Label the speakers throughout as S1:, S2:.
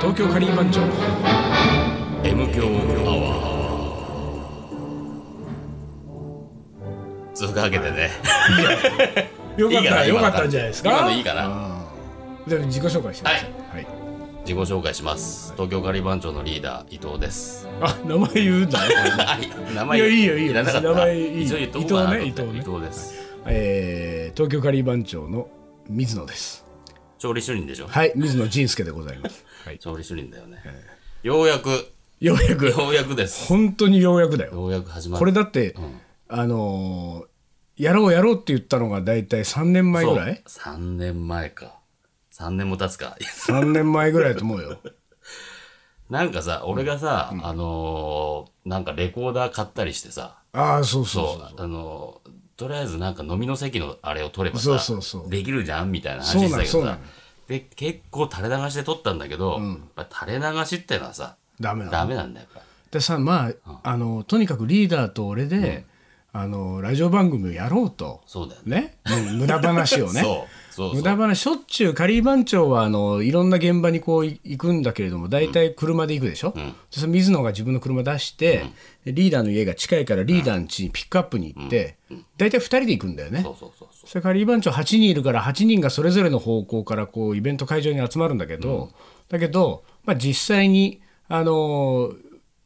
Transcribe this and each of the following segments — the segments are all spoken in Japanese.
S1: 東京カリー番長
S2: M 強アワー続くわけでね
S1: よかっ
S2: いい
S1: た
S2: な
S1: らよ
S2: 今の
S1: かったんじゃないですか
S2: 今のいいかなは
S1: じゃあ自己紹介してください、
S2: い
S3: はい
S2: 自己紹介します東京カリ番長のリーダー伊藤です
S1: あ名前言うんだ
S2: はい名前
S1: いやいいよいいよ
S2: らなかった
S1: 名前いい
S2: 一応言っとこうかなと思って
S1: 伊藤ね伊藤ね
S2: 伊藤です
S3: えー、東京カリー番長の水野です
S2: 調理主任でしょ
S3: はい水野仁介でございますはい
S2: 調理主任だよねようやく
S3: ようやく
S2: ようやくです
S3: 本当にようやくだよ
S2: ようやく始まる
S3: これだって、
S2: ん
S3: あのーやろうやろうって言ったのが大体3年前ぐらい
S2: そう3年前か3年も経つか
S3: 3年前ぐらいだと思うよ
S2: なんかさ俺がさ、あのーなんかレコーダー買ったりしてさ
S3: ああそうそう
S2: そ
S3: そう
S2: うあのーとりあえずなんか飲みの席のあれを取ればさ
S3: そうそうそう
S2: できるじゃんみたいな話してたけ
S3: そう
S2: ど
S3: なの
S2: さで結構垂れ流しで撮ったんだけど、やっぱ垂れ流しってのはさ
S3: ダメなの
S2: ダメなんだよやっぱ
S3: でさまああのとにかくリーダーと俺で、あのラジオ番組をやろうと
S2: そうだよね
S3: ねうん無駄話をね
S2: そうそうそう
S3: 無駄話しょっちゅうカリー番長はあのいろんな現場にこうい行くんだけれども大体車で行くでしょ、そしたら水野が自分の車出して、でリーダーの家が近いからリーダーの家にピックアップに行って、大体2人で行くんだよね、
S2: そうそうそうそう
S3: それからリーバン長8人いるから8人がそれぞれの方向からこうイベント会場に集まるんだけど、だけど、まあ、実際に、あのー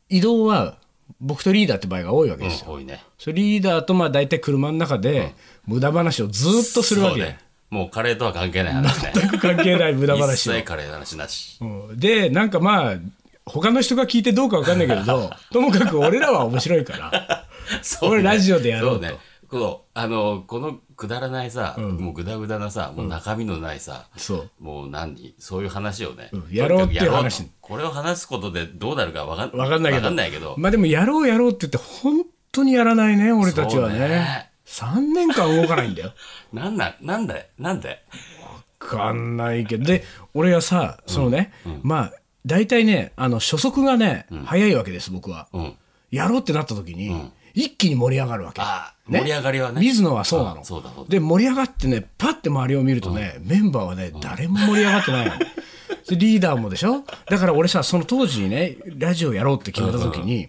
S3: 移動は僕とリーダーって場合が多いわけですよ。
S2: うん多いね
S3: それリーダーとまあ大体車の中で無駄話をずーっとするわけ、
S2: そうねもうカレーとは関係ない話ね
S3: 全く関係ない無駄
S2: 一
S3: 話を
S2: 切カレーの話なし
S3: うんでなんかまあ他の人が聞いてどうか分かんないけれ どともかく俺らは面白いから
S2: そう
S3: これラジオでやろうと
S2: そうねこのあのこのくだらないさ、もうぐだぐだなさもう中身のないさ、
S3: そう
S2: もう何そういう話をね、
S3: うんやろうっていう
S2: とにかくやろ
S3: 話
S2: とこれを話すことでどうなるかわかん
S3: 分かんないけど
S2: わかんないけど、
S3: まあでもやろうやろうって言って本当にやらないね俺たちはね
S2: そうね
S3: 3年間動かないんだよ
S2: なんなんなんでなんで
S3: 分かんないけどで俺はさそのね、まあ大体ねあの初速がね、早いわけです僕は、
S2: うん
S3: やろうってなった時に、一気に盛り上がるわけ
S2: あー盛り上がりはね
S3: 水野はそうなの
S2: あそうだそうだ
S3: で盛り上がってねパッて周りを見るとね、メンバーはね誰も盛り上がってない のでリーダーもでしょだから俺さその当時にねラジオやろうって決めた時に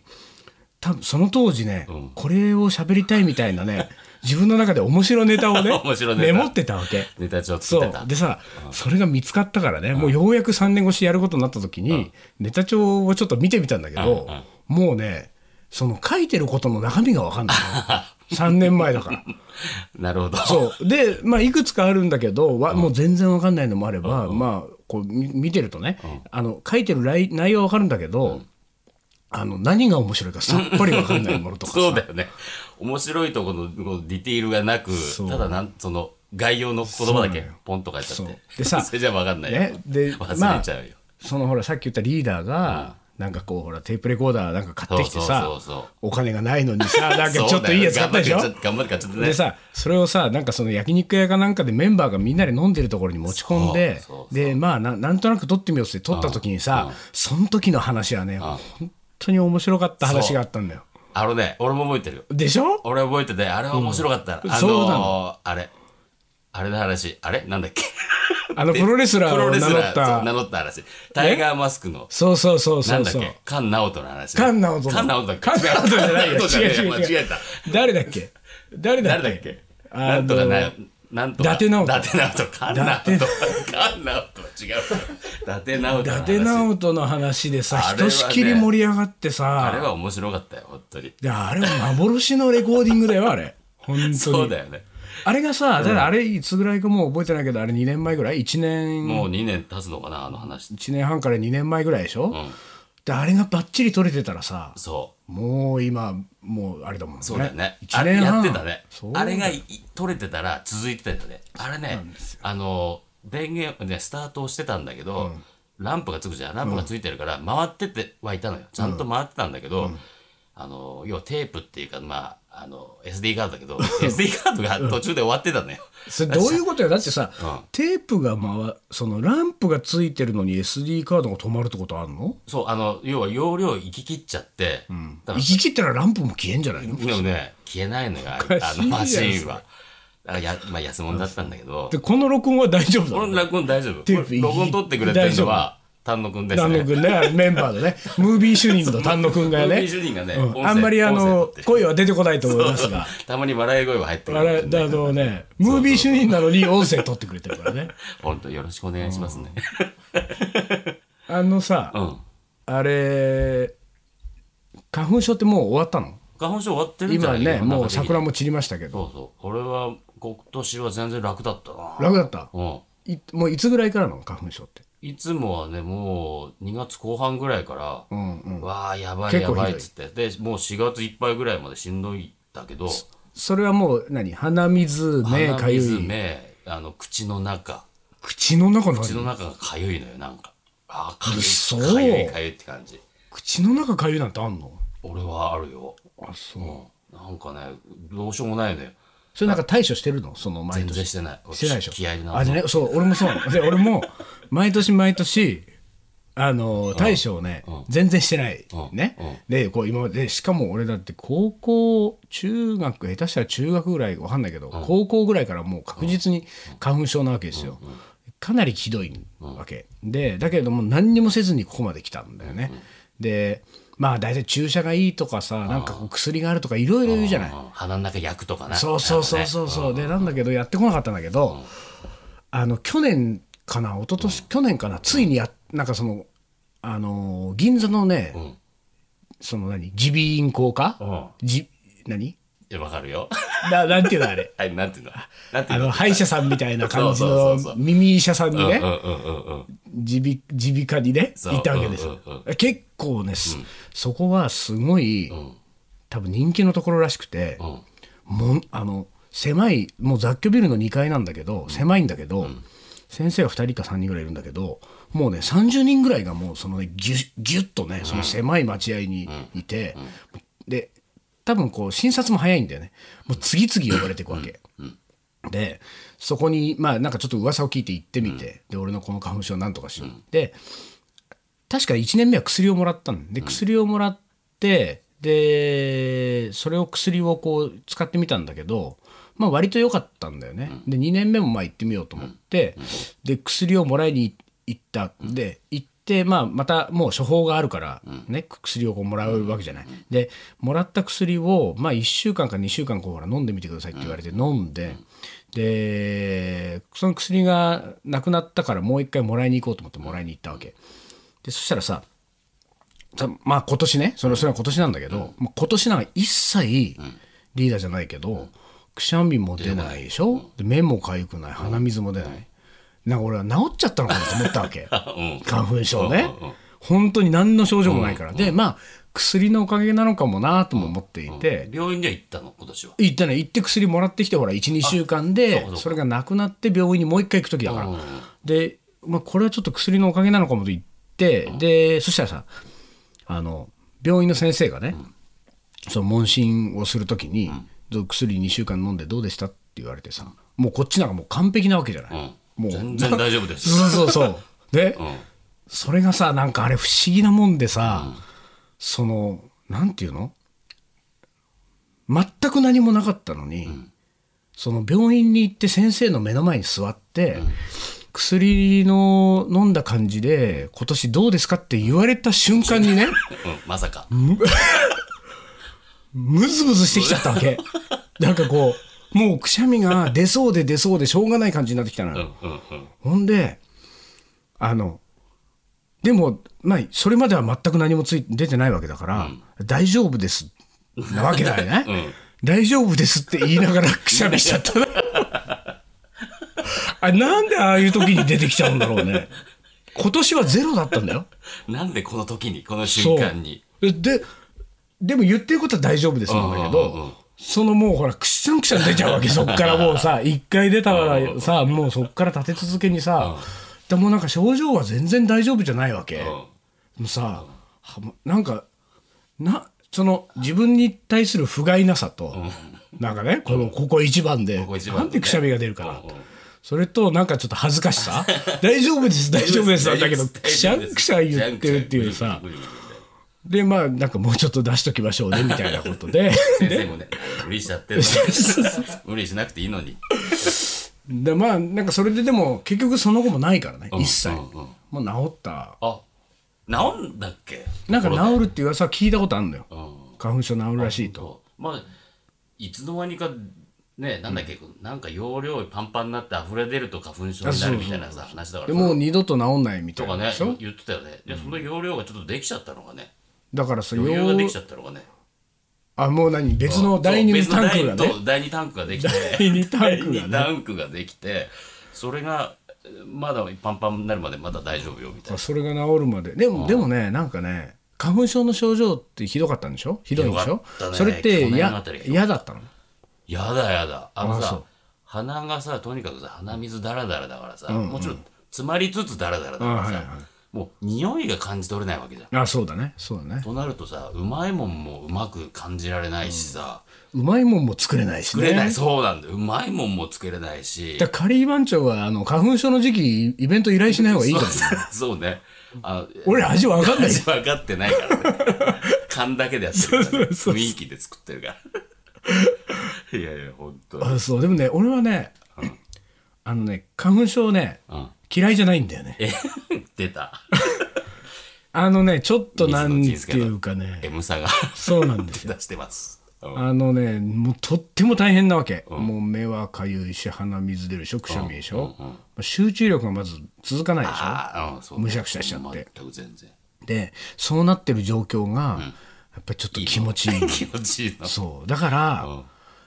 S3: 多分その当時ね、これを喋りたいみたいなね自分の中で面白ネタをね
S2: 面白ネタ
S3: メモってたわけ
S2: ネタ帳作
S3: そ
S2: ってた
S3: うでさ、それが見つかったからね、もうようやく3年越しやることになった時に、ネタ帳をちょっと見てみたんだけど、もうねその書いてることの中身が分かんない の3年前だから。
S2: なるほど
S3: そうで、まあ、いくつかあるんだけど、わもう全然わかんないのもあれば、まあ、こうみ見てるとね、あの書いてる内内容はわかるんだけど、あの何が面白いかさっぱりわかんないものとかさ
S2: そうだよね面白いところのこのディティールがなく
S3: そう
S2: ただなんその概要の言葉だ
S3: そう
S2: け
S3: なのよ
S2: ポンと書いちゃって
S3: そうでさ
S2: それじゃ分かんないよ、
S3: ねで
S2: 忘れちゃうよ、
S3: そのほらさっき言ったリーダーが、なんかこうほらテープレコーダーなんか買ってきてさ
S2: そうそうそうそう
S3: お金がないのに さなんかちょっといいやつ買ったでしょ
S2: そうだよ頑張って買っちゃったね
S3: でさそれをさなんかその焼肉屋かなんかでメンバーがみんなで飲んでるところに持ち込んで
S2: そうそうそう
S3: でまあななんとなく撮ってみようって撮った時にさその時の話はね本当に面白かった話があったんだよ
S2: あのね俺も覚えてるよ
S3: でしょ
S2: 俺覚えててあれは面白かった、
S3: うん
S2: あ
S3: そうな
S2: のーあれあれの話あれなんだっけ
S3: あのプロレスラー
S2: プロ
S3: を
S2: レ
S3: 名
S2: ス
S3: 乗
S2: ラ
S3: っ
S2: ーそう名
S3: た
S2: 乗った話タイガーマスクの
S3: そうそうそう
S2: な
S3: そ
S2: ん
S3: う
S2: だっ
S3: そう
S2: け菅直人の話
S3: 菅直人の
S2: 菅直人だっけ
S3: 菅直人じゃないよ
S2: 菅直人じゃね
S3: 違
S2: え
S3: う違う違う
S2: 間違えた
S3: 誰だっけ誰だっ
S2: 誰
S3: け
S2: だっけ
S3: あの
S2: なんとかな、なんとか。
S3: 伊達直人
S2: 伊達直人。カンナウト。カンナウトは違うから。伊達直
S3: 伊
S2: 人の話。
S3: 達直人の話でさ
S2: あ
S3: ひ
S2: れは
S3: と
S2: ね
S3: しきり盛り上がって
S2: あれ
S3: さ
S2: は面白かったよ、本当に。
S3: であれは幻のレコーディングだよあれ本当に
S2: そうだよね。
S3: あれがさ、だからあれいつぐらいかもう覚えてないけど、あれ2年前ぐらい ?1 年、
S2: もう2年経つのかな、あの話。
S3: 1年半から2年前ぐらいでしょ、
S2: ん
S3: で、あれがバッチリ撮れてたらさ、
S2: そ
S3: もう今、もうあれだもんね。
S2: う。そうだよね。
S3: 1
S2: あれ
S3: 年半
S2: やってたね
S3: そう。
S2: あれがい取れてたら続いてたよね。あれね、あの、電源、ね、スタートをしてたんだけど、ランプがつくじゃん。ランプがついてるから、回ってってはいたのよ。ちゃんと回ってたんだけど、あの、要はテープっていうか、まあ、あの、SD カードだけど、SD カードが途中で終わってたのよ。
S3: それどういうことよだって さ、
S2: うん
S3: テープが回、そのランプがついてるのに SD カードが止まるってことあんの
S2: そう、あの、要は容量行き切っちゃって、だか
S3: 行き切ったらランプも消えんじゃないの
S2: ら、でもね、消えないのよ、あ
S3: おかしいじゃん
S2: あのマシーンは。だからや、まあ、安物だったんだけど
S3: で、、この録音は大丈夫だ
S2: こ
S3: ろ
S2: の録音大丈夫。
S3: テープ
S2: これ録音取ってくれてるのは、丹野くんです
S3: 丹野
S2: ね。
S3: くんね、あ れメンバーのね、ムービー主任の丹野くんが
S2: ムービ
S3: ね
S2: ー、主任がね
S3: うん
S2: 音声
S3: あんまりあ
S2: 音声
S3: の
S2: 取って、
S3: 声は出てこないと思いますが、
S2: たまに笑い声が入ってく
S3: あれ、あ
S2: る。
S3: のね、ムービー主任なのに音声取ってくれてるからね。
S2: 本当よろしくお願いしますね。
S3: あのさ、
S2: うん。
S3: あれ、花粉症ってもう終わったの
S2: 花粉症終わってるんじゃ
S3: 今
S2: ない
S3: ね、
S2: 世の中
S3: もう
S2: 的に
S3: 桜も散りましたけど、
S2: そうそう。俺は今年は全然楽だったな。
S3: 楽だった
S2: うん。
S3: いもういつぐらいからなの花粉症って。
S2: いつもはね、もう2月後半ぐらいから、
S3: うんうん。
S2: わあ、やばい
S3: 結
S2: や
S3: 構
S2: ばいっつって。で、もう4月いっぱいぐらいまでしんどいんだけど、
S3: それはもう何鼻水、目、
S2: 鼻
S3: かゆ
S2: 水、
S3: い。
S2: 目、あの、口の中。
S3: 口の中
S2: 口の
S3: 何
S2: 中がかゆいのよ、なんか。ああ、かゆい。
S3: 嘘
S2: かゆい、かゆいって感じ。
S3: 口の中かゆいなんてあんの
S2: 俺はあるよ。
S3: あ、そう。
S2: なんかね、どうしようもないのよ。
S3: それなんか対処してるのその毎
S2: 全
S3: 年。
S2: 然してない。
S3: してないでしょ
S2: 気合いな
S3: あでねそう俺もそう なので俺も毎年毎年あの大将をね、全然してない、
S2: うん
S3: ね、でこう今まででしかも俺だって高校中学下手したら中学ぐらいわかんないけど、高校ぐらいからもう確実に花粉症なわけですよ、かなりひどいわけ、でだけれども何にもせずにここまで来たんだよね、でまあ大体注射がいいとかさなんかこう薬があるとかいろいろ言うじゃない、
S2: うん鼻の中焼くとかね。
S3: そうそうそうそうそう、でなんだけどやってこなかったんだけど、あの去年かな一昨年、去年かなついにやなんかそのあのー銀座のね、
S2: ん
S3: その何耳鼻咽喉
S2: う
S3: 科、
S2: ん。
S3: じ何
S2: いやわかるよ。
S3: ななんていうのあれ
S2: はい、なんていうのなんてい
S3: あ
S2: う
S3: の
S2: の
S3: 歯医者さんみたいな感じ
S2: そ
S3: の
S2: うそうそうそう
S3: 耳医者さんにね
S2: うんうんうんうんうん。
S3: 耳鼻耳鼻科にね
S2: そう
S3: いたわけですよ、
S2: うんうん
S3: 結構ね、すそこはすごい、多分人気のところらしくて、
S2: ん
S3: もんあの狭いもう雑居ビルの2階なんだけど、狭いんだけど、先生は2人か3人ぐらいいるんだけどもうね30人ぐらいがもうその、ね、ギュギュッとねその狭い待合にいて、で多分こう診察も早いんだよねもう次々呼ばれていくわけ。でそこにまあなんかちょっと噂を聞いて行ってみて、で俺のこの花粉症なんとかしよう、で確か1年目は薬をもらったんで薬をもらってでそれを薬をこう使ってみたんだけど、まあ、割と良かったんだよね、で2年目もまあ行ってみようと思って、で薬をもらいに行ったで行って、まあ、またもう処方があるから、ね薬をこうもらうわけじゃない、でもらった薬を、まあ、1週間か2週間こうほら飲んでみてくださいって言われて飲んで、でその薬がなくなったからもう一回もらいに行こうと思ってもらいに行ったわけ。でそしたらさたまあ今年ねそれそれは今年なんだけど、まあ今年なんか一切リーダーじゃないけど、くしゃみも出ないでしょ、で目もかゆくない鼻水も出ない、なんか俺は治っちゃったのかなと思ったわけ花粉症ね、本当に何の症状もないから、でまあ薬のおかげなのかもなとも思っていて、
S2: 病院には行ったの、今年は。
S3: 行ったね行って薬もらってきてほら12週間でそれがなくなって病院にもう一回行く時だから、で、まあ、これはちょっと薬のおかげなのかもと言って、でそしたらさあの病院の先生がね、その問診をする時に「薬2週間飲んでどうでした?」って言われてさもうこっちなんかもう完璧なわけじゃない、
S2: うん。
S3: もう
S2: 全然大丈夫で す。
S3: そうそうそう。で、それがさ、なんかあれ不思議なもんでさ、その、なんていうの全く何もなかったのに、その病院に行って先生の目の前に座って、薬の飲んだ感じで、今年どうですかって言われた瞬間にね、
S2: うん、まさか。
S3: ムズムズしてきちゃったわけ。なんかこう、もうくしゃみが出そうで出そうでしょうがない感じになってきたのよ。
S2: うんうん。
S3: ほんで、あの、でも、まあ、それまでは全く何もつい出てないわけだから、大丈夫です、なわけだよ ね。大丈夫ですって言いながらくしゃみしちゃった。 あなんでああいう時に出てきちゃうんだろうね。今年はゼロだったんだよ。
S2: なんでこの時に、この瞬間に。
S3: そうで、でも言ってることは大丈夫ですなんだけ
S2: うんうんうん
S3: ど、そのもうほら、くしゃんくしゃん出ちゃうわけ、そっから もうさ、一回出たらさ、もうそっから立て続けにさ、でもうなんか症状は全然大丈夫じゃないわけ。もうさ、はもうなんか、な、その自分に対する不甲斐なさと、なんかね、このここ一番で、
S2: こ一番
S3: な
S2: でね
S3: んでくしゃみが出るかな
S2: うんうん。
S3: それと、なんかちょっと恥ずかし さ大丈夫です、大丈夫です、なんだけど、くしゃんくしゃん言ってるっていうさ、でまあなんかもうちょっと出しときましょうねみたいなこと で
S2: 先生もね、無理しちゃっ てる
S3: そうそ
S2: 無理しなくていいのに。
S3: でまあなんかそれででも結局その後もないからね、一切、
S2: うんうん
S3: もう治った
S2: あ治んだっけ
S3: なんか
S2: ところで
S3: 治るっていう噂は聞いたことあるのよ
S2: うん
S3: 花粉症治るらしいと
S2: とまあいつの間にかねなんだっけ、なんか容量パンパンになって溢れ出ると花粉症になるみたいなさ話だから
S3: でもう二度と治んないみた
S2: と
S3: い
S2: か
S3: な
S2: ね
S3: でしょ
S2: 言ってたよねでその容量がちょっとできちゃったのがね
S3: だからさ
S2: 余裕ができち
S3: よう
S2: ゃったのがね
S3: あもう何別の第二のタンクがね
S2: そう別の第二タンクができて
S3: 第二タンクがね
S2: 第二タンクができてそれがまだパンパンになるまでまだ大丈夫よみたい
S3: あ
S2: な
S3: それが治るまででもでもねなんかね花粉症の症状ってひどかったんでしょひどいんでし
S2: ひど
S3: ょ
S2: かったね
S3: それって
S2: 去年あ
S3: や
S2: たりが
S3: 嫌だったの
S2: やだやだあの
S3: あそ
S2: さ
S3: う
S2: 鼻がさとにかくさ鼻水だらだらだからさ、
S3: んうん
S2: もちろん詰まりつつだらだらだからさ、
S3: あはいはい
S2: もう匂いが感じ取れないわけじゃん
S3: あそうだねそうだね
S2: となるとさうまいもんもうまく感じられないしさ、
S3: うまいもんも作れないし
S2: 作
S3: ね
S2: れない、そうなんだようまいもんも作れないし
S3: だからカリー番長はあの花粉症の時期イベント依頼しない方がいいからね
S2: そうねあの
S3: 俺味わかんない
S2: 味分かってないからね勘だけでやってるからね雰囲気で作ってるからいやいや本当に
S3: あそうでもね俺はねあのね花粉症ね
S2: うん
S3: 嫌いじゃないんだよね
S2: え出た
S3: あのねちょっとなんていうかね
S2: M さが
S3: そうなんですよ
S2: 出してますうん
S3: あのねもうとっても大変なわけ、もう目はかゆいし鼻水出るでしょくしゃみでしょ、
S2: うんうん
S3: 集中力がまず続かないでしょ
S2: ああうんそう
S3: むしゃくしゃしちゃって
S2: 全く全然
S3: でそうなってる状況が、やっぱりちょっと気持ちいい
S2: 気持ち いいの
S3: そうだから、
S2: うん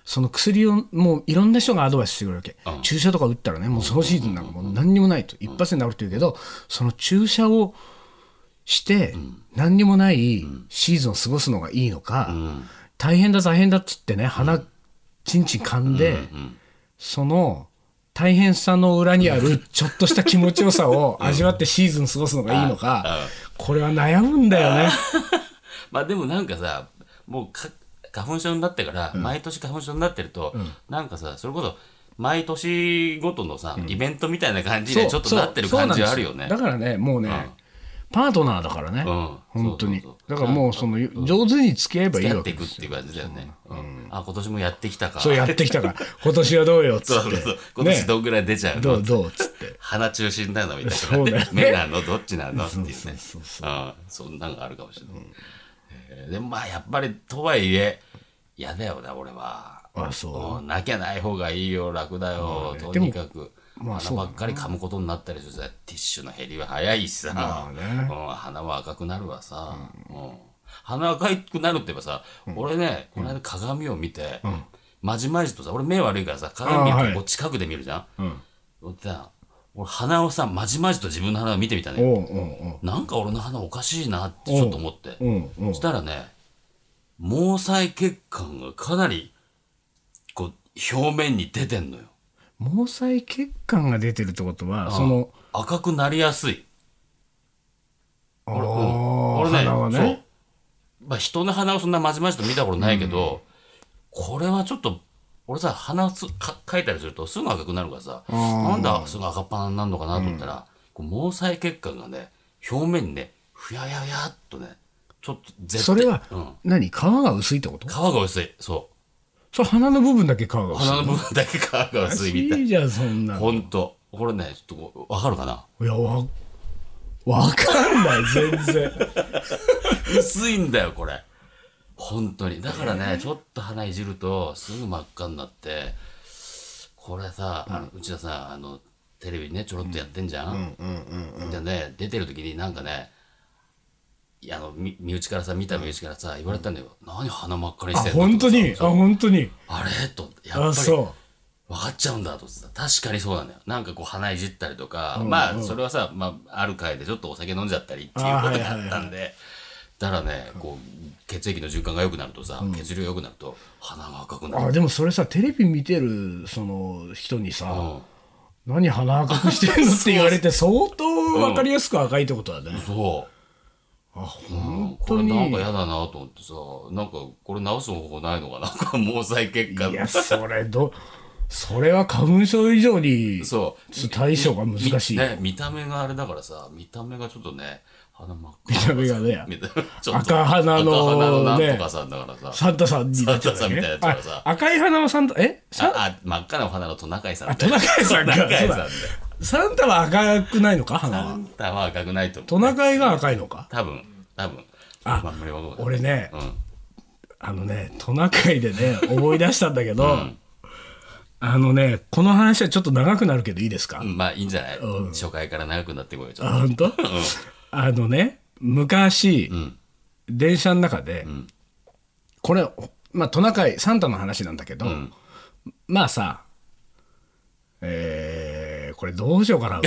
S3: その薬をもういろんな人がアドバイスしてくれるわけ、注射とか打ったらねもうそのシーズンなんかもう何にもないと、一発で治るって言うけどその注射をして何にもないシーズンを過ごすのがいいのか、
S2: うん
S3: 大変だ大変だっつってね鼻ちんちん噛んで、
S2: うん
S3: その大変さの裏にあるちょっとした気持ちよさを味わってシーズン過ごすのがいいのか、これは悩むんだよね。
S2: まあでもなんかさもうか花粉症になってから、毎年花粉症になってると、なんかさそれこそ毎年ごとのさ、イベントみたいな感じでちょっとなってる感じはあるよね
S3: そうそうなんですよだからね、もうね、パートナーだからね、
S2: うん
S3: 本当に
S2: そうそうそう
S3: だからもうその上手に付き合えばい
S2: 付
S3: い
S2: き合
S3: わ
S2: って
S3: け
S2: い
S3: で
S2: くっ
S3: す
S2: ていう感じだよね、うんあ今年もやってきたか
S3: そうやってきた から、今年はどうよっつ
S2: そ
S3: っ
S2: うそうそう
S3: て。
S2: 今年
S3: ね、
S2: どんぐらい出ちゃう
S3: ど
S2: の、
S3: うどうっつって。
S2: 鼻中心なのみたいな、
S3: そうだよね
S2: 目なのどっちなのっていうね
S3: そうそうそ
S2: ああそんなのがあるかもしれない、えーでもまあやっぱりとはいえ嫌だよな俺は
S3: あそう
S2: うんなきゃない方がいいよ楽だよ、とにかく
S3: まあそうだ
S2: 鼻ば
S3: ね
S2: っかり噛むことになったりするさティッシュの減りは早いしさ、
S3: まあね
S2: うん鼻は赤くなるわさ、うん鼻赤くなるって言えばさ、俺ねこの間鏡を見て、まじまじとさ俺目悪いからさ鏡
S3: あー
S2: を
S3: はい
S2: こう近くで見るじゃん、俺さ俺鼻をさまじまじと自分の鼻を見てみたね
S3: おうお
S2: なんか俺の鼻おかしいなってちょっと思って
S3: うおうおうおう
S2: そしたらね毛細血管がかなりこう表面に出てんのよ
S3: 毛細血管が出てるってことは、その、
S2: 赤くなりやすい
S3: あ
S2: 俺,うん、
S3: ー
S2: 俺ね
S3: 鼻は
S2: そう
S3: ね、
S2: まあ、人の鼻をそんなまじまじと見たことないけど、これはちょっと俺さ鼻つか描いたりするとすぐ赤くなるからさ
S3: ん
S2: なんだすぐ赤っ鼻になるのかなと思ったら、こう毛細血管がね表面にねふやややっとねちょっと絶
S3: それは、
S2: うん、
S3: 何皮が薄いってこと
S2: 皮が薄いそ
S3: それ鼻の部分だけ皮が
S2: う
S3: 薄い
S2: 鼻の部分だけ皮が薄いみたい
S3: いじゃんそんなの
S2: ほんとこれねちょっとこうわかるかない
S3: やわわかんない全然
S2: 薄いんだよこれ本当にだからね、ちょっと鼻いじるとすぐ真っ赤になってこれさ、あの内田さんあのテレビねちょろっとやってんじゃん、でね出てる時になんかねいやあのみ身内からさ見た身内からさ言われたんだよ、何鼻真っ赤に
S3: あ
S2: してんの
S3: 本当に
S2: と
S3: あ
S2: かさ
S3: 本当に
S2: あれと思ってやっぱ
S3: あ
S2: り
S3: そ
S2: 分かっちゃうんだと思ってさ確かにそうなんだよなんかこう鼻いじったりとか、まあそれはさ、まあ、ある回でちょっとお酒飲んじゃったりっていうことがあったんで、だからねこう血液の循環が良くなるとさ、血流が良くなると鼻が赤く
S3: う
S2: な
S3: あ
S2: る
S3: でもそれさテレビ見てるその人にさ、
S2: うん
S3: 何鼻赤くしてるのって言われ て相当わかりやすく赤いってことだね、
S2: そう
S3: あ
S2: うん
S3: 本
S2: こ
S3: 当
S2: れ
S3: に
S2: なんか嫌だなと思ってさなんかこれ直す方法ないのかな毛細血管
S3: いやそれどそれは花粉症以上に
S2: そう
S3: 対処が難しい
S2: みね見た目があれだからさ見た目がちょっとね鼻真っ赤
S3: 見た目がね
S2: 見た目ちょっ と
S3: 赤鼻
S2: 赤鼻の
S3: の
S2: なん
S3: ね
S2: とかさんだからさ
S3: サンタさんになっちゃったね
S2: サンタさんみたいなやつがさ
S3: あ赤い鼻はサンタえ
S2: ああ真っ赤なお花のトナカイさん
S3: トナカイさんか
S2: トナカイさん
S3: そうだサンタは赤くないのか花
S2: サ
S3: は
S2: ンタは赤くないと思う。
S3: トナカイが赤いのか
S2: 多分、多分。
S3: あ
S2: ま無料の
S3: 俺ね
S2: うん。
S3: あのねトナカイでね 思い出したんだけど、あのねこの話はちょっと長くなるけどいいですか、
S2: うんまあいいんじゃない初回から長くなってこいよ、ちょっ
S3: あ本当、あのね昔、
S2: と。うん。
S3: 電車の中で、これ、まあ、トナカイサンタの話なんだけど、
S2: うん。
S3: まあさえーこれどうしようか ない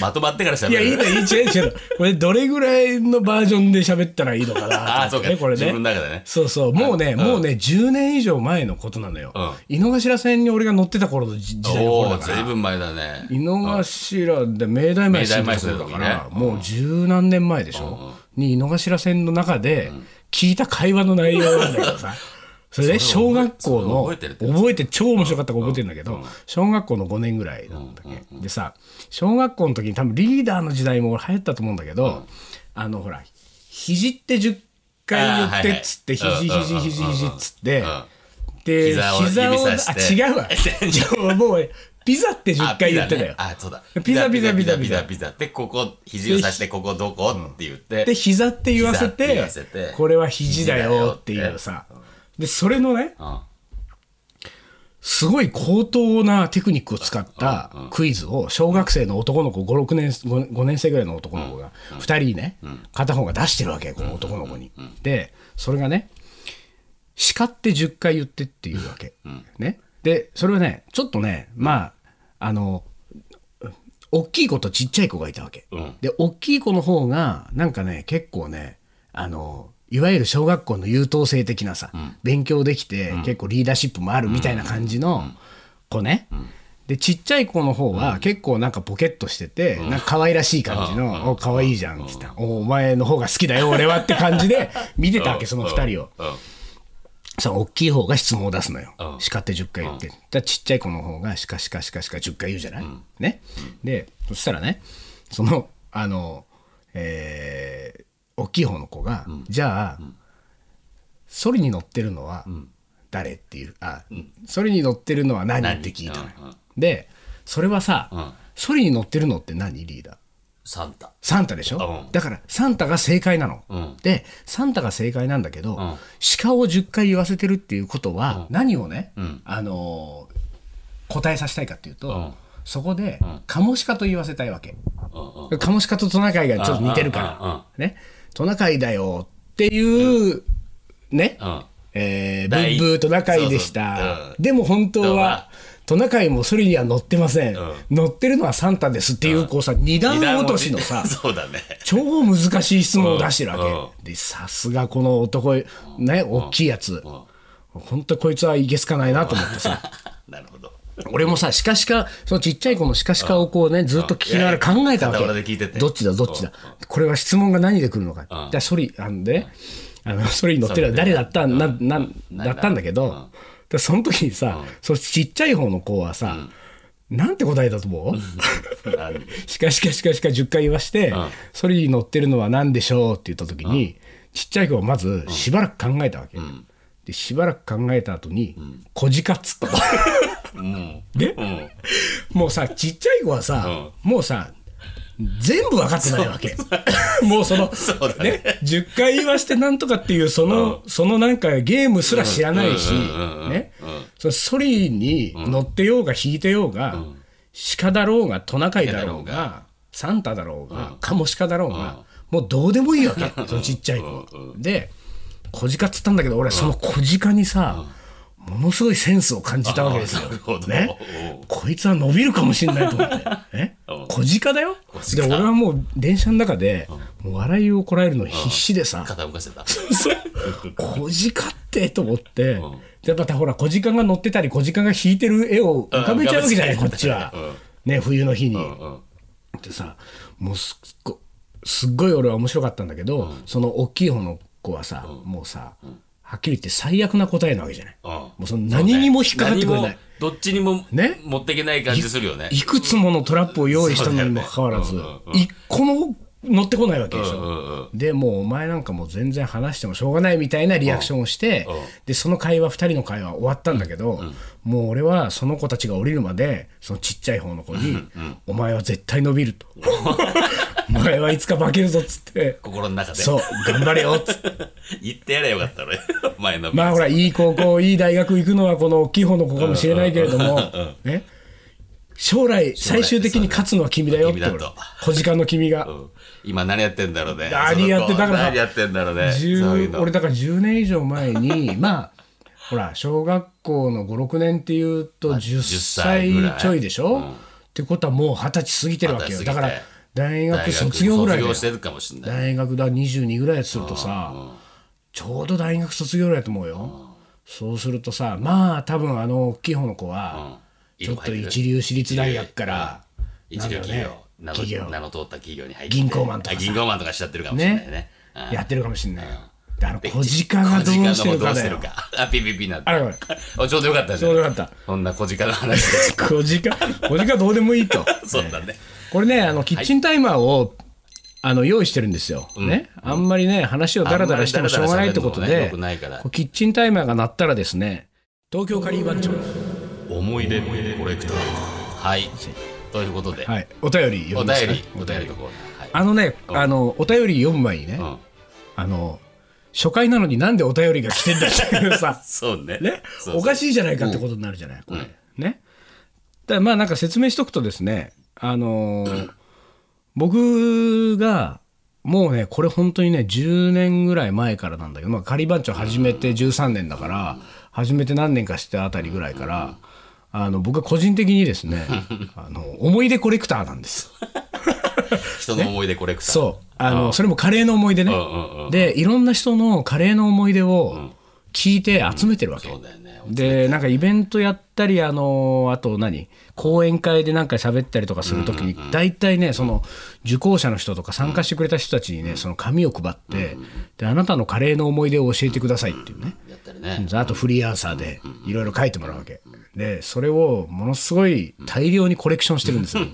S2: まとまってからしゃべ
S3: や
S2: る。
S3: いいのいい違う違うこれどれぐらいのバージョンで喋ったらいいのかな
S2: ああ、そうか。
S3: ねこれ
S2: 自
S3: ね
S2: 分の中でね。
S3: そうそうもうね、
S2: うん
S3: もうね10年以上前のことなのよ、
S2: うん
S3: 井の頭線に俺が乗ってた頃の時時代の
S2: お
S3: 頃だ
S2: おー、
S3: か
S2: ずい
S3: ら
S2: ぶん前だね。
S3: 井の頭で明大前住んでた頃だか
S2: 明大前
S3: ら
S2: 住んでた、時ね
S3: もう十何年前でしょ、に井の頭線の中で聞いた会話の内容なんだけどさ それで
S2: そ
S3: 小
S2: れ覚え
S3: 学校の
S2: それ覚えてるってやつ
S3: 覚えて超面白かったから覚えてるんだけど、小学校の5年ぐらいなんだっけ、でさ小学校の時に多分リーダーの時代も流行ったと思うんだけど、あのほら肘って10回言ってっつって
S2: あーはいはい
S3: 肘肘肘肘っつって
S2: うん
S3: で
S2: 膝を
S3: 膝を
S2: 指さ
S3: あ
S2: して
S3: 違うわ もうピザって10回言ってたよ
S2: あ、そうだ。
S3: ピザピザピザ
S2: ピザピザって、ここ、肘を刺して、ここどこって言って。
S3: で膝って言わせて
S2: 膝って言わせて
S3: これは肘だよっていうさでそれのね
S2: うん。
S3: すごい高等なテクニックを使ったクイズを小学生の男の子56年 5, 年生ぐらいの男の子が2人ね片方が出してるわけよこの男の子に。でそれがね「叱って10回言って」っていうわけ。ね、でそれはねちょっとねまああの大きい子とちっちゃい子がいたわけ、
S2: うん
S3: で大きい子の方がなんかね結構ねあのいわゆる小学校の優等生的なさ、勉強できて、結構リーダーシップもあるみたいな感じの子ね、でちっちゃい子の方は結構なんかポケッとしてて、なんか可愛らしい感じの「お可愛いじゃん」って言った、おお前の方が好きだよ俺は」って感じで見てたわけその2人を。
S2: うん。うん
S3: その大きい方が質問を出すのよ
S2: う。ん
S3: 叱って10回言って。だからちっちゃい子の方が、しかしかしかしか10回言うじゃない、ね。で、そしたらね、その、あの、えー大きい方の子が、じゃあ、ソリに乗ってるのは誰っていう、あ、ソリに乗ってるのは何って聞いたのよ
S2: うんうん。
S3: で、それはさ、
S2: ん
S3: ソリに乗ってるのって何リーダー
S2: サンタ。
S3: サンタでしょ、
S2: うん
S3: だからサンタが正解なの、
S2: うん
S3: でサンタが正解なんだけど、
S2: ん
S3: 鹿を10回言わせてるっていうことは何をね、
S2: ん
S3: あのー答えさせたいかっていうと、
S2: ん
S3: そこで、カモシカと言わせたいわけ、
S2: うんうん。
S3: カモシカとトナカイがちょっと似てるから、
S2: うんうんうん
S3: ねトナカイだよっていう、ね、
S2: うん。
S3: えー、ブ
S2: 第
S3: ー
S2: 一
S3: ブートナカイでした
S2: そうそううん
S3: でも本当
S2: どう
S3: は
S2: は
S3: トナカイもそれには乗ってません、
S2: うん
S3: 乗ってるのはサンタですっていう、こうさ二段落としのさ
S2: そうだね。
S3: 超難しい質問を出してるわけ、
S2: うんうん
S3: でさすがこの男ね大きいやつ、
S2: うん
S3: 本当こいつはいけすかないなと思ってさ、
S2: なるほど。
S3: 俺もさシカシカそのちっちゃい子のシカシカをこうねずっと聞きながら考えたわ
S2: いやいや片言で聞いて
S3: け
S2: て
S3: どっちだどっちだこれは質問が何で来るのかだソリあんであのソリに乗ってるのは誰だったななだったんだけどでその時にさそのちっちゃい方の子はさなんて答えだと思う
S2: 何
S3: しかしかしかしか10回言わして、
S2: ん
S3: それに乗ってるのは何でしょうって言った時に、ちっちゃい子はまずしばらく考えたわけ、でしばらく考えた後に「小鹿」っつったの
S2: うん。
S3: ね
S2: うん。
S3: もうさちっちゃい子はさ、もうさ全部分かってないわ けもうその
S2: そうだ
S3: ね10回言わしてなんとかっていうその、そのなんかゲームすら知らないし、
S2: うんうんうんうん
S3: ね、そのソリに乗ってようが引いてようが、鹿だろうがトナカイだろう
S2: 鹿だ
S3: がサンタだろうが、カモシカだろうが、もうどうでもいい わけそのちっちゃい子は、で小鹿っつったんだけど俺その小鹿にさ、ものすごいセンスを感じたわけですよ
S2: あーなるほ。ど
S3: ね、こいつは伸びるかもしれないと思 って。え
S2: うん
S3: 小鹿だよ
S2: 小
S3: で、
S2: 鹿
S3: 俺はもう電車の中で、もう笑いをこらえるの必死でさ、
S2: 肩動かしてた。
S3: 小鹿ってと思って、で、またほら、小鹿が乗ってたり、小鹿が引いてる絵を浮かべちゃうわけじゃない、
S2: うん
S3: こっちは
S2: 浮かべちゃうね。
S3: ね、冬の日に。
S2: うんうん。
S3: ってさもうすっごすっごい俺は面白かったんだけど、その大きい方の子はさ、もうさ、はっきり言って最悪な答えなわけじゃない、
S2: うん
S3: もうその何にも引っかかってくれ
S2: 何
S3: な
S2: に
S3: い
S2: も、どっちにも
S3: ね
S2: 持っていけない感じするよね。
S3: いくつものトラップを用意したのにもかかわらず、
S2: そうだよねうんうんうん
S3: 一個も乗ってこないわけでしょ、
S2: うんうん
S3: でもうお前なんかもう全然話してもしょうがないみたいなリアクションをして、
S2: うんうん
S3: でその会話2人の会話は終わったんだけど、もう俺はその子たちが降りるまでそのちっちゃい方の子に「お前は絶対伸びる」と 「お前はいつか化けるぞ」っつって
S2: 心の中
S3: 「
S2: で
S3: そう頑張れよ」っつって。
S2: 言ってやればよ かった俺お前の
S3: まあほら、いい高校、いい大学行くのはこの大きい方の子かもしれないけれども、ね、将来、最終的に勝つのは君だよって
S2: 君だ
S3: 俺
S2: と、
S3: 小鹿の君が
S2: う。ん今何やってんだろうね
S3: 何やって
S2: その子
S3: だから
S2: 何やってんだろうねそう
S3: 十
S2: いうの
S3: 俺だから10年以上前 に、まあ、ほら、小学校の5、6年っていうと10
S2: 10歳ぐら
S3: 歳
S2: い
S3: ちょいでしょ、
S2: うん
S3: ってことはもう20歳過ぎてるわけよ。
S2: 20
S3: だから
S2: 過ぎて、
S3: 大学卒業ぐらいだ
S2: 大
S3: よ
S2: 学卒業してるかもしれない
S3: 大学だ22ぐらいするとさちょうど大学卒業ぐらいだと思うよそうするとさまあ多分あの大きい方の子は
S2: うん
S3: ちょっと一流私立大学から
S2: 一
S3: なんだ
S2: 流
S3: ろう
S2: 企
S3: ね
S2: 業
S3: 企業
S2: 名の名の通った企業に入って
S3: 銀行マンとかさ
S2: あ銀行マンとかしちゃってるかもしれないね
S3: ね
S2: うん
S3: やってるかもしんないよであの小鹿がどう してるかだよ
S2: 小鹿のもどうしてるかあピピピなって
S3: あれこれ
S2: おちょうどよかったじ
S3: ち
S2: ゃ
S3: ょ
S2: ん
S3: うどよかった
S2: そんな小鹿の話 で
S3: 小鹿小鹿どうでもいいと
S2: そうだね
S3: これねあのキッチンタイマーをあの用意してるんですよ、ね、あんまりね話をダラダラしてもしょうがないってこと
S2: あんまり
S3: で
S2: ダラダラ喋るのもね良くないか
S3: こ
S2: ら
S3: うキッチンタイマーが鳴ったらですね東京カリー番長
S2: 思い出コレクターはいということで
S3: はい、お便り読
S2: お
S3: みます
S2: 便
S3: か
S2: りお便りのコーナーはい
S3: あのね、あのお便り読む前にね、
S2: うん
S3: あの初回なのになんでお便りが来てんだっていうさ
S2: そうね
S3: ね
S2: そうそう
S3: おかしいじゃないかってことになるじゃない、これ
S2: うん
S3: ねだからまあなんか説明しとくとですねあのー僕がもうねこれ本当にね10年ぐらい前からなんだけど、まあ、仮番長始めて13年だから、始めて何年かしてあたりぐらいから、あの僕は個人的にです ねあの思い出コレクターなんです。
S2: 人の思い出コレクター
S3: そう。あの、それもカレーの思い出ね
S2: うんうんう。ん
S3: で、いろんな人のカレーの思い出を聞いて集めてるわけ。
S2: そうだよね
S3: で、なんかイベントやったり、あの、あと何講演会でなんか喋ったりとかするときに、大体ね、その、受講者の人とか参加してくれた人たちにね、その紙を配って、で、あなたのカレーの思い出を教えてくださいっていうね。
S2: やったりね
S3: あとフリーアンサーでいろいろ書いてもらうわけ。で、それをものすごい大量にコレクションしてるん ですよ。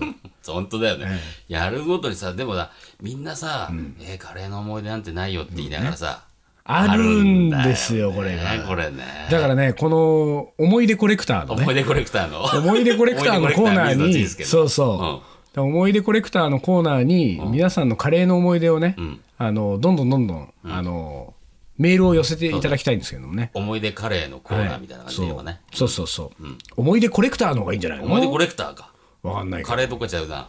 S2: 本当だよね、やるごとにさでもなみんなさ、えーカレーの思い出なんてないよって言いながらさ、
S3: あるんですよ
S2: あるんだねこれね
S3: だからね、この思い出コレクターのね
S2: 思い出コレクターの
S3: 思い出コレクターのコーナー
S2: 思い出コレク
S3: に、
S2: タ水野仁介の
S3: そうそう、だから思い出コレクターのコーナーに、皆さんのカレーの思い出をね、あのどんどんどんどん、あのメールを寄せていただきたいんですけどもね。
S2: 思い出カレーのコーナーみたいな感じ
S3: そ
S2: で
S3: う
S2: 今ね、
S3: そうそうそう、思い出コレクターの方がいいんじゃないの
S2: 思い出コレクターか
S3: わかんないけど
S2: カレーどっかちゃうな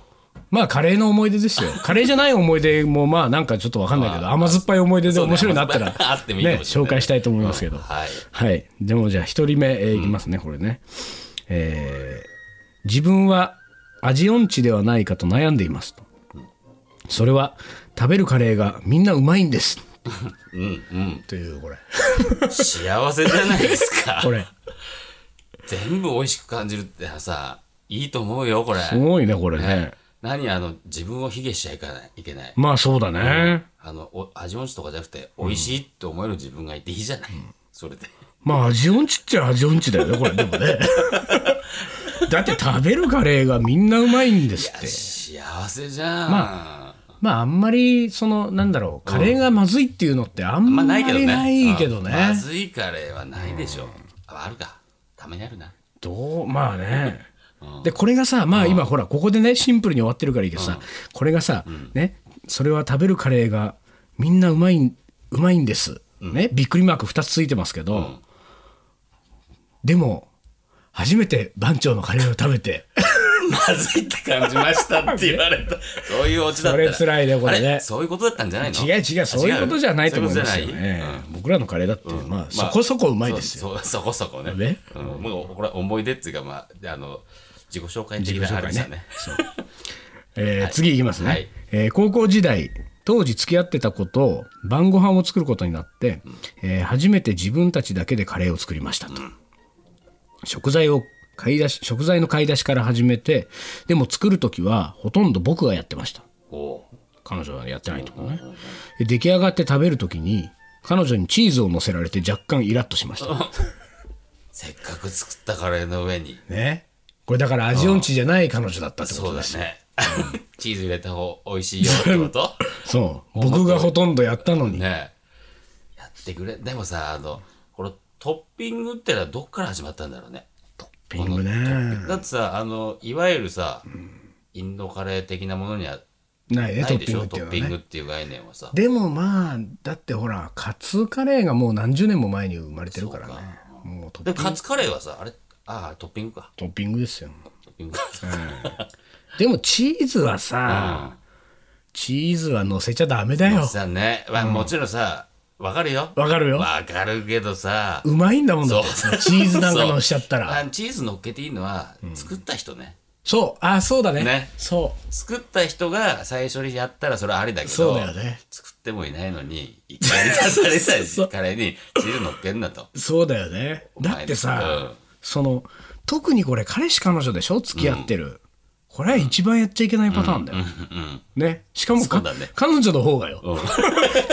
S3: まあカレーの思い出 ですよカレーじゃない思い出もまあなんかちょっとわかんないけど甘酸っぱい思い出で面白いのあったら、
S2: そうねあってもいい
S3: ね
S2: かもしれない
S3: 紹介したいと思いますけど、
S2: はい
S3: はい。でもじゃあ一人目、えーいきますね、これね。えー自分は味音痴ではないかと悩んでいますと。それは食べるカレーがみんなうまいんです。
S2: うんうん
S3: というこれ。
S2: 幸せじゃないですか
S3: これ。
S2: 全部美味しく感じるってさいいと思うよこれ
S3: すごいね、これね。
S2: 何あの自分を卑下しちゃいかないいけない
S3: まあそうだね。
S2: あのお味音痴とかじゃなくて美味しいって思える自分がいていいじゃない、それで
S3: まあ味音痴っちゃ味音痴だよね、 これ。でもね。 だって食べるカレーがみんなうまいんですって。
S2: 幸せじゃん、
S3: まああんまり、その、なんだろう、カレーがまずいっていうのってあん
S2: ま
S3: ま
S2: あ
S3: り
S2: ないけどね。
S3: ないけどね。
S2: まずいカレーはないでしょ。ああるか。たまにあるな。
S3: どうまあね。でこれがさまあ今ほらここでねシンプルに終わってるからいいけどさこれがさねそれは食べるカレーがみんなうまいんうまいんですねびっくりマーク2つついてますけどでも初めて番長のカレーを食べて
S2: まずいって感じましたって言われた。 そういうオチだったら。
S3: それ辛いねこれね
S2: あ そういうことだったんじゃないの
S3: 違う違うそういうことじゃないと思いますよ
S2: そううことじゃない
S3: ね僕らのカレーだってまあそこそこうまいですよ
S2: そうそこそこね。
S3: ね
S2: うん、もうこれは思い出っていうか、まあ、あの、自己紹介的な話だね。
S3: えー次いきますね、
S2: はい
S3: えー高校時代当時付き合ってた子と晩ご飯を作ることになって、えー初めて自分たちだけでカレーを作りましたと、食材を買い出し食材の買い出しから始めてでも作る時はほとんど僕がやってました
S2: おう
S3: 彼女はやってないとこねで出来上がって食べる時に彼女にチーズを乗せられて若干イラッとしました
S2: せっかく作ったカレーの上に。
S3: ねこれだから味音痴じゃない彼女だったってこ
S2: そ
S3: と
S2: う
S3: で
S2: だ
S3: す
S2: ね。 チーズ入れた方美味しいよってこと
S3: そう僕がほとんどやったのに、
S2: ねえやってくれでもさあのこのトッピングってのはどっから始まったんだろうね
S3: ピング
S2: このトッ
S3: ね
S2: ピだってさあのいわゆるさ、インドカレー的なものには
S3: ないね
S2: な
S3: ト
S2: い
S3: ッ
S2: で
S3: ピ
S2: し
S3: ン
S2: ょ
S3: グっていう
S2: トッ
S3: のは
S2: ピング
S3: ね
S2: っていう概念はさ
S3: でもまあだってほらカツカレーがもう何十年も前に生まれてるからねもうト
S2: で
S3: ッピン
S2: カツカレーはさあれああトッピングか
S3: トッピングですよ
S2: トッピングか、
S3: でもチーズはさ、チーズは乗せちゃダメだよ
S2: さね、まあもちろんさわかるよ
S3: わかるよ
S2: わかるけどさ
S3: うまいんだもんだって
S2: そう
S3: チーズなんか乗しちゃったら
S2: あチーズ乗っけていいのは作った人ね、
S3: そうあそうだね
S2: ね
S3: そ
S2: 作った人が最初にやったらそれはありだけど
S3: そうだよね
S2: 作ってもいないのにいきなり出されたしカレーにチーズ乗っけんなと
S3: うそうだよねだってさ、
S2: うん
S3: その特にこれ彼氏彼女でしょ付き合ってる、これは一番やっちゃいけないパターンだよ、ねしかもか
S2: そうだね
S3: 彼女の方がよ、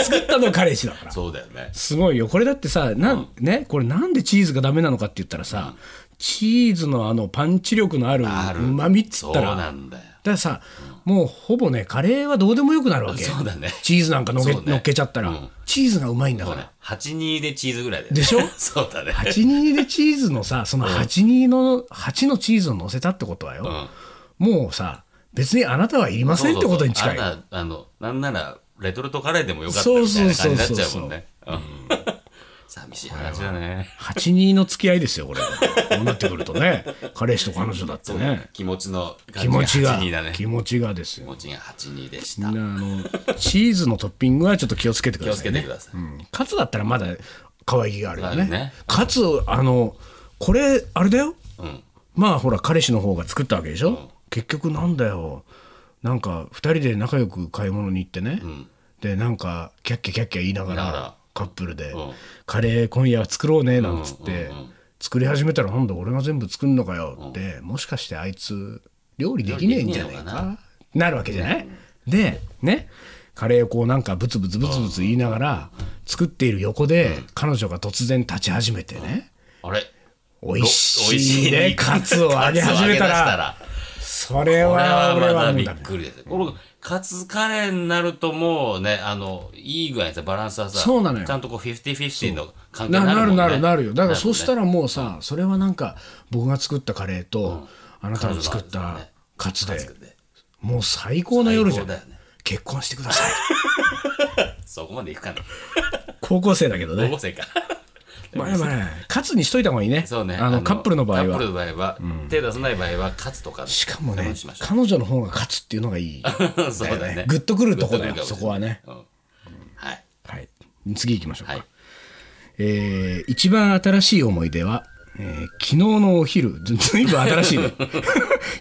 S3: 作ったのは彼氏だから
S2: そうだよね
S3: すごいよ。これだってさ、な、ん、ね、これなんでチーズがダメなのかって言ったらさ、チーズのあのパンチ力のある
S2: ある
S3: うまみっつ
S2: そ
S3: っ
S2: う
S3: たら、だ
S2: な
S3: か
S2: んだよ
S3: らさ、もうほぼね、カレーはどうでもよくなるわけ。
S2: そうだね
S3: チーズなんかのっけ,、
S2: そうね
S3: のっけちゃったら、
S2: うん
S3: チーズがうまいんだ
S2: そ
S3: か
S2: うね
S3: ら。
S2: 82でチーズぐらいだよね
S3: でしょ
S2: そうだね
S3: 82でチーズのさ、その82の、8のチーズを乗せたってことはよ、もうさ、別にあなたはいりませんってことに近い。
S2: そうそうそうあんなあのなんならレトルトカレーでもよかった
S3: そう
S2: みたい
S3: そう
S2: な感
S3: そ
S2: じ
S3: う
S2: になっ
S3: そう
S2: ちゃうもんねうん寂しい話だね
S3: 82の付き合いですよ、これ。こうなってくると ね、彼氏と彼女だってね。
S2: 気持ちの
S3: 気持
S2: 感
S3: ち
S2: じ
S3: が、
S2: が82だね
S3: 気
S2: 気
S3: 持ちがですよ。
S2: 持ちが82でし
S3: み
S2: た
S3: んなあのチーズのトッピングはちょっと気をつけてく
S2: 気を
S3: だ
S2: つ
S3: さい
S2: けて
S3: ね
S2: く。ださ
S3: う
S2: い
S3: んカツだったらまだ可愛げがあるよ
S2: あ
S3: ね。
S2: るね
S3: カツあのこれあれだよ。
S2: うん
S3: まあほら彼氏の方が作ったわけでしょ。結局なんだよ。なんか2人で仲良く買い物に行ってね、でなんかキャッキャキャッキャ言いながら
S2: だから
S3: カップルで、
S2: うん
S3: カレー今夜作ろうね」なんつって、作り始めたらなんだ俺が全部作んのかよって、もしかしてあいつ料理できねえんじゃないか
S2: 料理できねえのか
S3: ななるわけじゃない、でねカレーをこうなんかブツブツブツブツ言いながら作っている横で、彼女が突然立ち始めてね、
S2: あれ
S3: 美味しいねカツを揚げ始めたらそれ
S2: これ
S3: は
S2: は
S3: 俺
S2: ま
S3: は
S2: だ
S3: も
S2: び
S3: う
S2: っ
S3: ダメ
S2: くりです。これカツカレーになるともうね、あの、いい具合にさ、バランスはさ、
S3: そうなのよ
S2: ちゃんとこう、50-50の関係
S3: な
S2: にな
S3: な
S2: る
S3: る
S2: もんね。
S3: なるなるよだからそうした
S2: ら、
S3: らもうさそれはなんか僕が作ったカレーと、あなたの作っ
S2: 彼女の
S3: た
S2: ね
S3: カツで
S2: カツで
S3: もう最高の夜じゃん、
S2: 最高だよね
S3: 結婚してください
S2: そこまでいくかね。
S3: 高校生だけど
S2: 高
S3: ね
S2: 校 生か。
S3: まあまあカツにしといた方がいいね
S2: そうね。
S3: あのカップルの場合
S2: カップル
S3: は
S2: の場合は、手出さない場合は、カツとかで
S3: しかもね
S2: 我慢しましょ
S3: 彼女の方が勝つっていうのがいい
S2: う そうだね。
S3: グッとくるとこだよ
S2: グッとくるかもしれない
S3: そこはね。
S2: うんはい。
S3: はい次行きましょうか、
S2: はい。
S3: えー一番新しい思い出は、えー昨日のお昼ず ずいぶん新しいね昨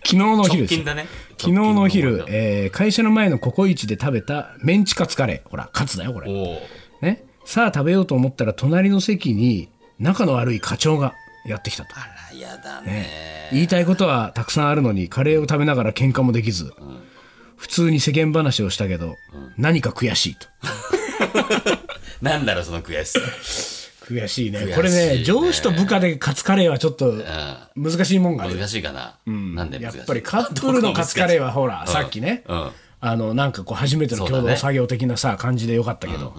S3: 日のお昼
S2: 直
S3: です
S2: 近だね。
S3: 昨日のお昼
S2: 直、近
S3: えー会社の前のココイチで食べたメンチカツカレー。ほら、カツだよ、これ。
S2: のおー
S3: ね。さあ食べようと思ったら、隣の席に仲の悪い課長がやってきたと。
S2: あら、やだね。
S3: 言いたいことはたくさんあるのに、カレーを食べながら喧嘩もできず、普通に世間話をしたけど、何か悔しいと。
S2: なんだろう、その悔しさ。
S3: 悔しいね。
S2: しいね
S3: これね、上司と部下でカツカレーはちょっと
S2: うん。
S3: 難しいもんがある。
S2: 難しいかな。なんで
S3: や
S2: 難
S3: っ
S2: しい
S3: ぱりカップルのカツカレーはほら、
S2: うん
S3: さっきね、
S2: うん
S3: あのなんかこう初めての共
S2: そうだ
S3: 同
S2: ね
S3: 作業的なさ、感じでよかったけど、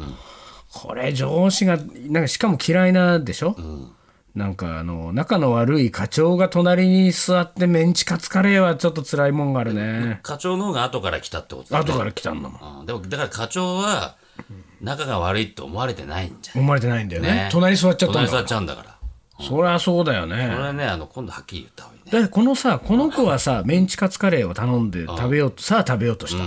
S3: これ上司がなんかしかも嫌いなでしょ、なんかあの仲の悪い課長が隣に座ってメンチカツカレーはちょっと辛いもんがあるね、
S2: 課長の方が後から来たってことだね。
S3: 後から来たんだもん
S2: うんでも、だから課長は、仲が悪いって思われてないんじゃない
S3: 思われてないんだよね
S2: ね
S3: 隣座っちゃったん
S2: 隣
S3: だ
S2: 座っちゃうんだから。
S3: そりゃそうだよ
S2: これ
S3: ね
S2: はね、あの、今度はっきり言った方がいいね。
S3: だってこのさこの子はさメンチカツカレーを頼んで食べようとさあ食べようとした、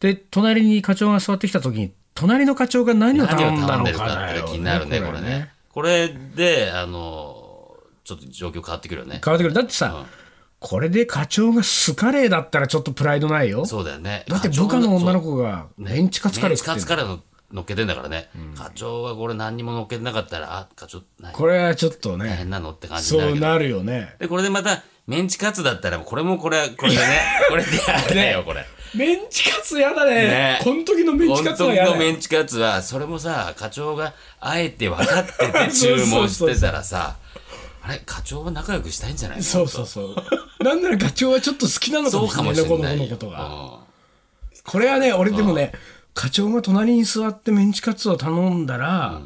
S3: で隣に課長が座ってきた時に隣の課長が何を頼んだの
S2: 何
S3: か
S2: を頼んでるかっ
S3: だ
S2: て
S3: よ、ね、
S2: 気になるね、こ
S3: こ
S2: れ
S3: れ
S2: ね。これで、あの、ちょっと状況変わってくるよね。
S3: 変わってくる。だってさ、これで課長がスカレーだったらちょっとプライドないよ。
S2: そうだよね。
S3: だって部下の女の子が
S2: ね
S3: メンチカツカレー
S2: メンチカ
S3: 食っ
S2: ツ
S3: てる。
S2: カレーの乗っけてんだからね。課長はこれ何にも乗っけてなかったら、あ、課長、何
S3: これはちょっと
S2: 大
S3: ね、
S2: 変なのって感じになる
S3: そ
S2: け
S3: う
S2: ど。
S3: なるよね。
S2: で、これでまた、メンチカツだったら、これも これ、これでね、これでやだよ、これ。
S3: メンチカツやだね。
S2: ね
S3: この時のメンチカツは
S2: 本
S3: や
S2: 当
S3: だ
S2: の
S3: ね
S2: メンチカ ツは、それもさ、課長があえて分かってて注文してたらさ、ああれ課長は仲良くしたいんじゃないの
S3: そうそうそう。なんなら課長はちょっと好きなのか
S2: そ
S3: も
S2: う
S3: し
S2: か
S3: れな
S2: も
S3: い
S2: し
S3: ね、
S2: れ
S3: こ
S2: な
S3: の
S2: い
S3: 子
S2: よ
S3: のこと
S2: う
S3: が。
S2: ん
S3: これはね、俺でもね、課長が隣に座ってメンチカツを頼んだら、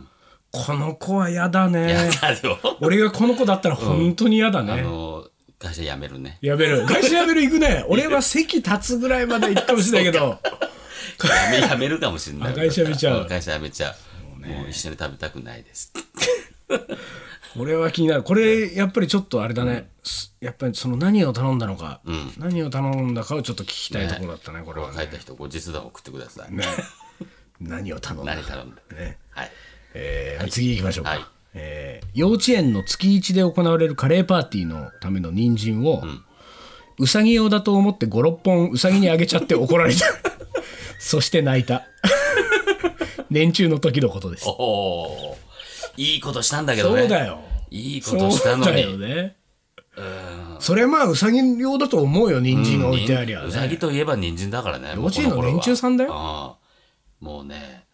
S3: この子は嫌だ
S2: いや
S3: ね。
S2: だよ。
S3: 俺がこの子だったら本当に嫌だ
S2: あ
S3: ね。
S2: の、会社辞めるね。
S3: やめる。会社やめる行く ね。俺は席立つぐらいまで行くかもしれないけど。
S2: 辞め 辞めるかもしれない。
S3: あ会社辞めちゃうん
S2: 会社辞めちゃう。もう一緒に食べたくないです。
S3: これは気になる。これ、やっぱりちょっとあれだね。すやっぱりその何を頼んだのか、何を頼んだかをちょっと聞きたいところだったね、これは
S2: 帰っ
S3: ね。
S2: た人、後日談送ってください。
S3: 何を頼んだ
S2: 何
S3: か。
S2: 頼んだ
S3: ね
S2: はい。
S3: えー次行きましょうか。
S2: はい
S3: えー幼稚園の月1で行われるカレーパーティーのための人参を、うさぎ用だと思って5、6本うさぎにあげちゃって怒られた。 そして泣いた。 年中の時のことです
S2: お。おいいことしたんだけどね。
S3: そうだよ。
S2: いいこ
S3: そ
S2: とした
S3: う
S2: の
S3: だ
S2: に。
S3: よね。それはまあうさぎ用だと思うよ人参が置いてありゃ、ね
S2: うさぎといえば人参だからね。
S3: 幼稚園の
S2: もうこ頃は
S3: 連中さんだよ。
S2: ああもうね、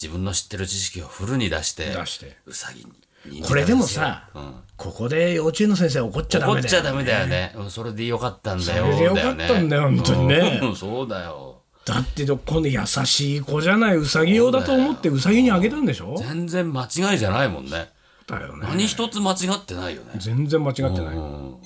S2: 自分の知ってる知識をフルに出して、
S3: 出して
S2: うさぎに。人参
S3: これでもさ、
S2: うん
S3: ここで幼稚園の先生怒っちゃダメだ
S2: 怒
S3: よ
S2: っちゃダメだよね。うんそれでよかったんだよ。
S3: それでよかったんだよ本当にね
S2: うんそうだよ。
S3: だってどこの優しい子じゃないうさぎ用だと思ってうさぎにあげたんでしょ
S2: 全然間違いじゃないもんね。
S3: だよね
S2: 何一つ間違ってないよね。
S3: 全然間違ってない、
S2: うん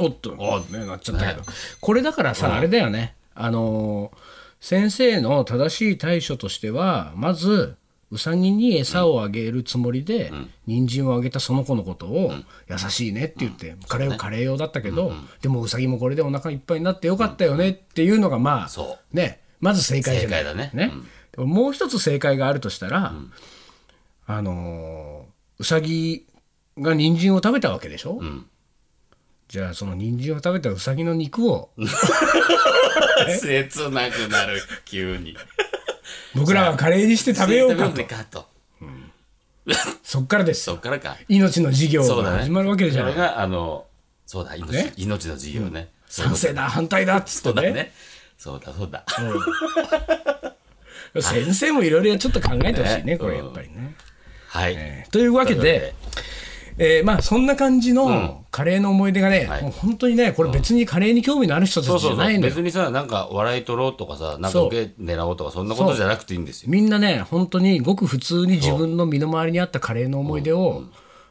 S3: おっと
S2: お
S3: ねなっちゃったけど、
S2: ね
S3: これだからさ、あれだよねあのー先生の正しい対処としてはまずうさぎに餌をあげるつもりで、人参をあげたその子のことを、優しいねって言って、カレーをカレー用だったけど、でもうさぎもこれでお腹いっぱいになってよかったよねっていうのがまあ、
S2: そ
S3: ねまず正解じゃない
S2: 正解だね
S3: でももう一つ正解があるとしたら、あのーうさぎが人参を食べたわけでしょ、じゃあその人参を食べたうさぎの肉を
S2: 切なくなる、急に。
S3: 僕らはカレーにして食べようか
S2: 食べ
S3: と
S2: よかと。
S3: そっからです
S2: そ
S3: よ
S2: っからか。
S3: 命の授業
S2: そうだ
S3: が
S2: ね。
S3: 始まるわけじゃない、
S2: それが、あの、そうだ、命,、
S3: ね
S2: 命の授業ね。そうい
S3: 賛
S2: うこと
S3: 成だ反対だっつ
S2: そ
S3: っ
S2: うだ
S3: てね
S2: ね。そうだ、そうだ。
S3: 先生もいろいろちょっと考えてほしいね
S2: ね
S3: これやっぱりね、
S2: はい。
S3: えーというわけで、えーまあそんな感じのカレーの思い出がね、
S2: はい
S3: もう本当にねこれ別にカレーに興味のある人た
S2: そう
S3: ちじ
S2: そ
S3: ゃ
S2: う
S3: な
S2: そ
S3: い
S2: うん
S3: だよ
S2: 別にさ、なんか笑い取ろうとかさ、なんか
S3: そう
S2: 受け狙おうとか、そんなことじゃなくていいんですよ。
S3: みんなね本当にごく普通に自分の身の回りにあったカレーの思い出を、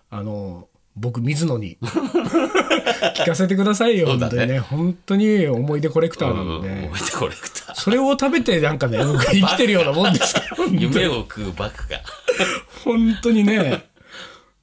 S3: あの僕水野に 聞かせてくださいよ、
S2: そう
S3: 本
S2: だね
S3: 当にね本当に思い出コレクター
S2: う、
S3: なんんで、
S2: 覚え てこれくた。
S3: それを食べてなんかね僕生きてるようなもんですから
S2: 夢を食うバカが。
S3: 本当にね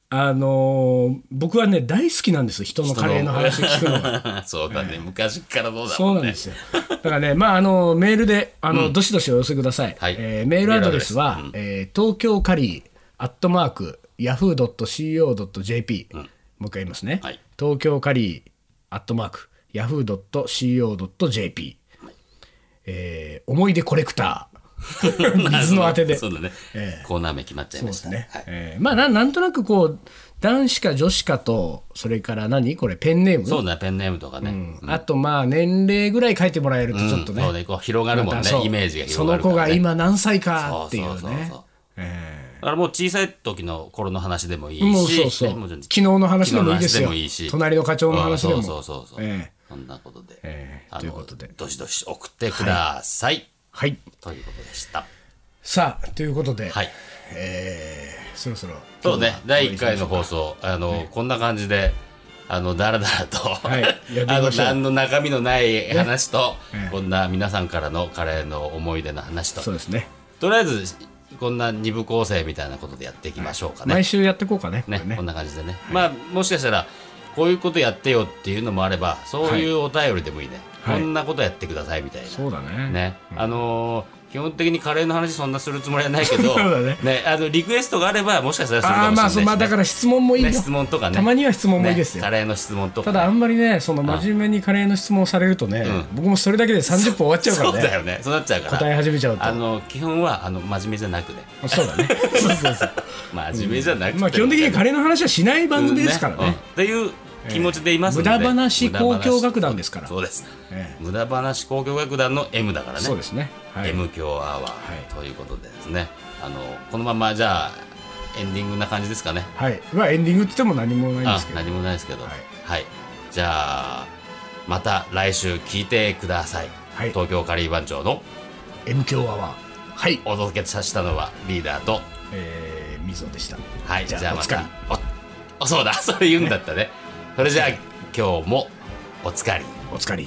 S3: あのー僕はね大好きなんです人のカレーの話聞くのが。
S2: そうだね、昔からどうだ
S3: そ
S2: も
S3: うんなん
S2: ね。
S3: ですよ。だからね、まあ、あの、メールで、あの、どしどしお寄せください。
S2: はい
S3: えーメールアドレスは、えー東京カリー、アットマーク、ヤフー .co.jp、もう一回言いますね。
S2: はい
S3: 東京カリー、アットマーク、ヤフー .co.jp、えー思い出コレクタ ー、水の当てで。
S2: そうだね。コーナー名決まっちゃいましたね。はい
S3: えーまあな、なんとなくこう、男子か女子かと、それから何これ、ペンネーム
S2: そうだね、ペンネームとかね。
S3: あとまあ年齢ぐらい書いてもらえるとちょっと
S2: そう
S3: ね、
S2: ね、こう広がるもん
S3: ま
S2: ね
S3: たそ、う
S2: イメージが広がるか
S3: その子
S2: ら
S3: が
S2: ね。
S3: 今何歳か
S2: そ
S3: っていうね
S2: そうそうそう。だからもう小さい時の頃の話でもいいし、
S3: もうそうそう
S2: も
S3: 昨日の話でもいいですよ
S2: 昨日の話でもいいし
S3: 隣の課長の話でも
S2: うんそうそうそうそう。
S3: ええ
S2: そんなことで、
S3: ええ
S2: あの
S3: ということで
S2: どしどし送ってください。
S3: はい
S2: ということでした。
S3: さあということで、
S2: はい。
S3: えーそろそろ
S2: そうね、第1回の放送、あの、こんな感じで、あの、だらだらと、
S3: いやってみ
S2: あの、
S3: ましょう
S2: 何の中身のない話と、
S3: ね
S2: こんな皆さんからのカレーの思い出の話と
S3: そ、うですね
S2: とりあえず、こんな二部構成みたいなことでやっていきましょうかね。
S3: 毎週やっていこうかねこれ
S2: ね
S3: ね
S2: こんな感じでね、まあもしかしたらこういうことやってよっていうのもあればそういうお便りでもいいね、
S3: はい
S2: こんなことやってくださいみたいな、
S3: そうだね
S2: ね、あのー基本的にカレーの話そんなするつもりはないけ ど
S3: そうだね
S2: あのリクエストがあればもしかしたらする
S3: あ
S2: か
S3: あま
S2: も
S3: あ
S2: し
S3: そ
S2: れ
S3: うま
S2: な
S3: あ
S2: いし、ね
S3: だから質問もいいよ、
S2: ね質問とかね
S3: たまには質問もいいです
S2: ね
S3: よ、
S2: カレーの質問とか
S3: た
S2: ね、
S3: だあんまりねその真面目にカレーの質問されるとね、僕もそれだけで30分終わっちゃうから
S2: そう
S3: ね
S2: だよねそうなっちゃうから
S3: 答え始めちゃうと
S2: あの基本はあの真面目じゃなくね
S3: そう だねそうそうそう
S2: 真面目じゃなくて、
S3: まあ基本的にカレーの話はしない番組ですからね、
S2: うんっていう気持ちでいますので、
S3: ええ無駄話
S2: 無駄話
S3: 交響楽団ですから
S2: そうです、
S3: え
S2: 無駄話交響楽団の M だからね
S3: そうですね、はい、
S2: M 強アワー、
S3: はい
S2: ということでですねあのこのままじゃあエンディングな感じですかね。
S3: はいまあエンディングって言っても何もないんで
S2: あ
S3: すけど
S2: 何もないですけど、はいい、じゃあまた来週聞いてください。
S3: はい
S2: 東京カリー番長の
S3: M 強アワーはい、
S2: お届けさせたのはリーダーと、
S3: えー、水野でした
S2: はい、
S3: じ
S2: じ
S3: ゃあ
S2: ゃあま
S3: お
S2: た おおそうだそれ言うんだったね。それじゃあ今日もおつかり。
S3: お疲れ。